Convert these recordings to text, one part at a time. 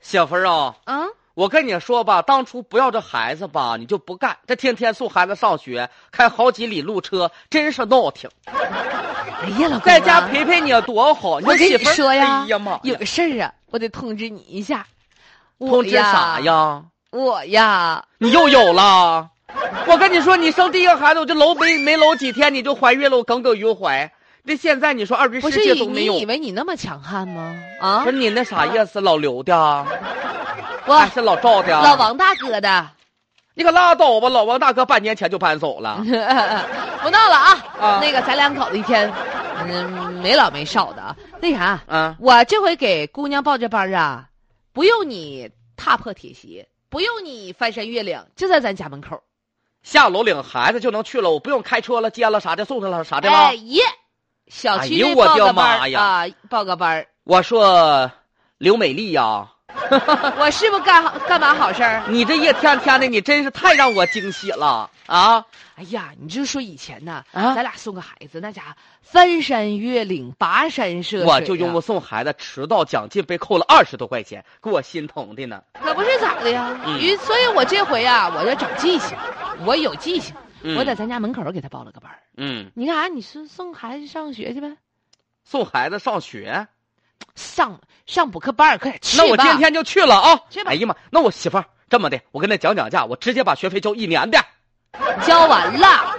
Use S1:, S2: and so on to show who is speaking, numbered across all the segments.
S1: 小芬儿啊，
S2: 嗯，
S1: 我跟你说吧，当初不要这孩子吧，你就不干，这天天送孩子上学，开好几里路车，真是闹挺。
S2: 哎呀，老公啊
S1: 在家陪陪你多好，啊你
S2: 我跟
S1: 媳
S2: 你
S1: 妇儿
S2: 说呀，
S1: 哎呀妈呀，
S2: 有个事儿啊，我得通知你一下。我
S1: 通知啥？呀？
S2: 我呀，
S1: 你又有了。我跟你说，你生第一个孩子，我这搂没没搂几天，你就怀孕了，我耿耿于怀。这现在你说二人
S2: 不
S1: 世
S2: 是
S1: 界
S2: 你
S1: 都没
S2: 你
S1: 有，
S2: 以为你那么强悍吗？啊
S1: 不是，你那啥意思？老刘的啊，还
S2: 我
S1: 是老赵的啊？
S2: 老王大哥的，，
S1: 你可拉倒吧！老王大哥半年前就搬走了
S2: 不闹了啊
S1: 啊。
S2: 那个咱俩搞的一天，嗯，没老没少的啊。那啥，
S1: 啊，
S2: 我这回给姑娘报这班啊，不用你踏破铁鞋，不用你翻山越岭，就在咱家门口。
S1: 下楼领孩子就能去了，我不用开车了、接了啥的、送他了啥的了。
S2: 哎耶，小区
S1: 哎
S2: 内
S1: 呦我
S2: 报个
S1: 的
S2: 班
S1: 妈
S2: 儿
S1: 呀
S2: 啊，报个班儿。
S1: 我说，刘美丽呀、
S2: 我是不是干好干嘛好事儿？
S1: 你这一天天的，你真是太让我惊喜了啊！
S2: 哎呀，你就说以前呢，
S1: 啊
S2: 咱俩送个孩子，那家伙翻山越岭、跋山涉水、啊
S1: 我就因为，送孩子迟到奖金被扣了二十多块钱，给我心疼的呢。
S2: 可不是咋的呀？
S1: 嗯
S2: 于、所以，我这回啊，我要长记性，我有记性，
S1: 嗯
S2: 我在咱家门口给他报了个班儿。
S1: 嗯，
S2: 你干啥？你是送孩子上学去呗？
S1: 送孩子上学，
S2: 上上补课班儿，快点去吧。
S1: 那我今天就去了啊！
S2: 去吧
S1: 哎呀妈，那我媳妇儿这么的，我跟她讲讲价，我直接把学费交一年的。
S2: 交完了，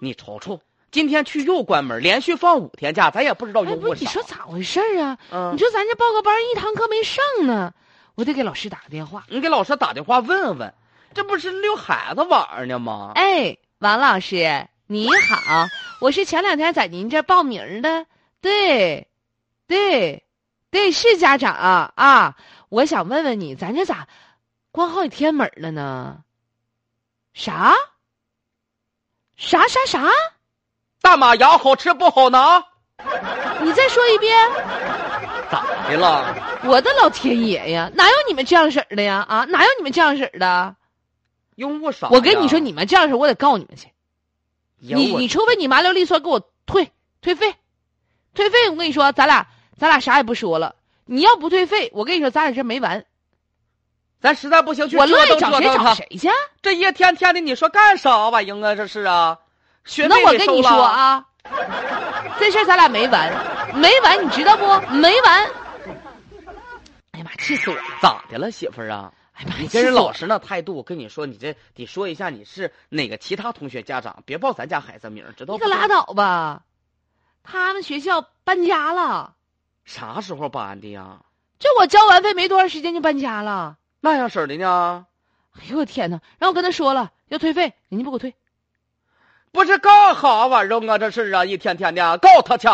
S1: 你瞅瞅，今天去又关门，连续放五天假，咱也不知道
S2: 哎，
S1: 因
S2: 不
S1: 为
S2: 是，你
S1: 啥。
S2: 说咋回事儿啊？
S1: 嗯
S2: 你说咱这报个班儿，一堂课没上呢，我得给老师打个电话。
S1: 你给老师打电话问问，这不是遛孩子玩儿呢吗？
S2: 哎，王老师你好，我是前两天在您这报名的，对，对，对，是家长啊啊！我想问问你，咱这咋关好几天门了呢？啥？啥啥啥？
S1: 大马牙好吃不好拿？
S2: 你再说一遍！
S1: 咋的了？
S2: 我的老天爷呀，哪有你们这样式儿的呀？啊，哪有你们这样式儿的？
S1: 因为啥呀？
S2: 我跟你说，你们这样式儿，我得告你们去。
S1: 因为
S2: 你你除非你麻溜利索给我退退费，退费我跟你说，咱俩咱俩啥也不说了。你要不退费，我跟你说，咱俩这没完。
S1: 咱实在不行去
S2: 我乐
S1: 折
S2: 意
S1: 腾
S2: 找
S1: 折
S2: 谁
S1: 腾
S2: 找
S1: 他。
S2: 谁去？啊
S1: 这一天天的，你说干啥玩意儿啊？这是啊，学费
S2: 那我
S1: 得
S2: 跟
S1: 收
S2: 你
S1: 了
S2: 说，啊，这事儿咱俩没完，没完，你知道不？没完。哎呀妈，气死我了！
S1: 咋的了，媳妇儿啊？
S2: 哎呀妈，
S1: 你
S2: 气
S1: 跟
S2: 死
S1: 人
S2: 我
S1: 老
S2: 了！
S1: 师那态度，我跟你说，你这得说一下你是哪个其他同学家长，别报咱家孩子名儿，知道
S2: 你
S1: 不？
S2: 可拉倒吧，他们学校搬家了，
S1: 啥时候搬的呀？
S2: 就我交完费没多长时间就搬家了。
S1: 那样式儿的呢？
S2: 哎呦我天哪！然后我跟他说了要退费，人家不给我退。
S1: 不是干哈玩意儿啊？这是啊，一天天的告 他去。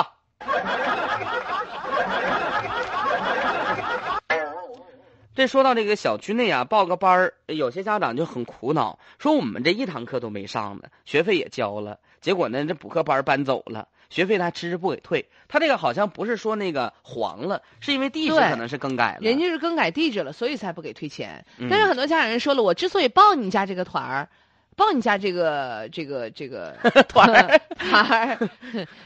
S1: 这说到这个小区内啊，报个班儿，有些家长就很苦恼，说我们这一堂课都没上呢，学费也交了，结果呢这补课班儿搬走了，学费他还迟迟不给退。他这个好像不是说那个黄了，是因为地址
S2: 对
S1: 可能是更改了。
S2: 人家是更改地址了，所以才不给退钱。
S1: 嗯
S2: 但是很多家长人说了，我之所以报你家这个团儿，报你家这个这个这个
S1: 团儿
S2: 团儿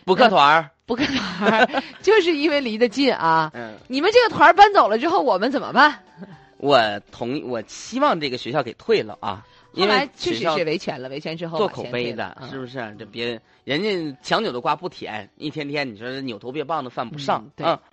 S1: 补课团儿，
S2: 不跟团儿，就是因为离得近啊。
S1: 嗯，
S2: 你们这个团儿搬走了之后，我们怎么办？
S1: 我同意，我希望这个学校给退了啊，
S2: 后
S1: 因为
S2: 来确
S1: 学
S2: 实
S1: 校
S2: 是维权了，维权之后
S1: 做
S2: 把
S1: 口
S2: 钱
S1: 碑
S2: 退了嗯
S1: 的，是不是？这别人家强扭的瓜不甜，一天天你说这扭头别棒的犯不上
S2: 嗯
S1: 啊。
S2: 对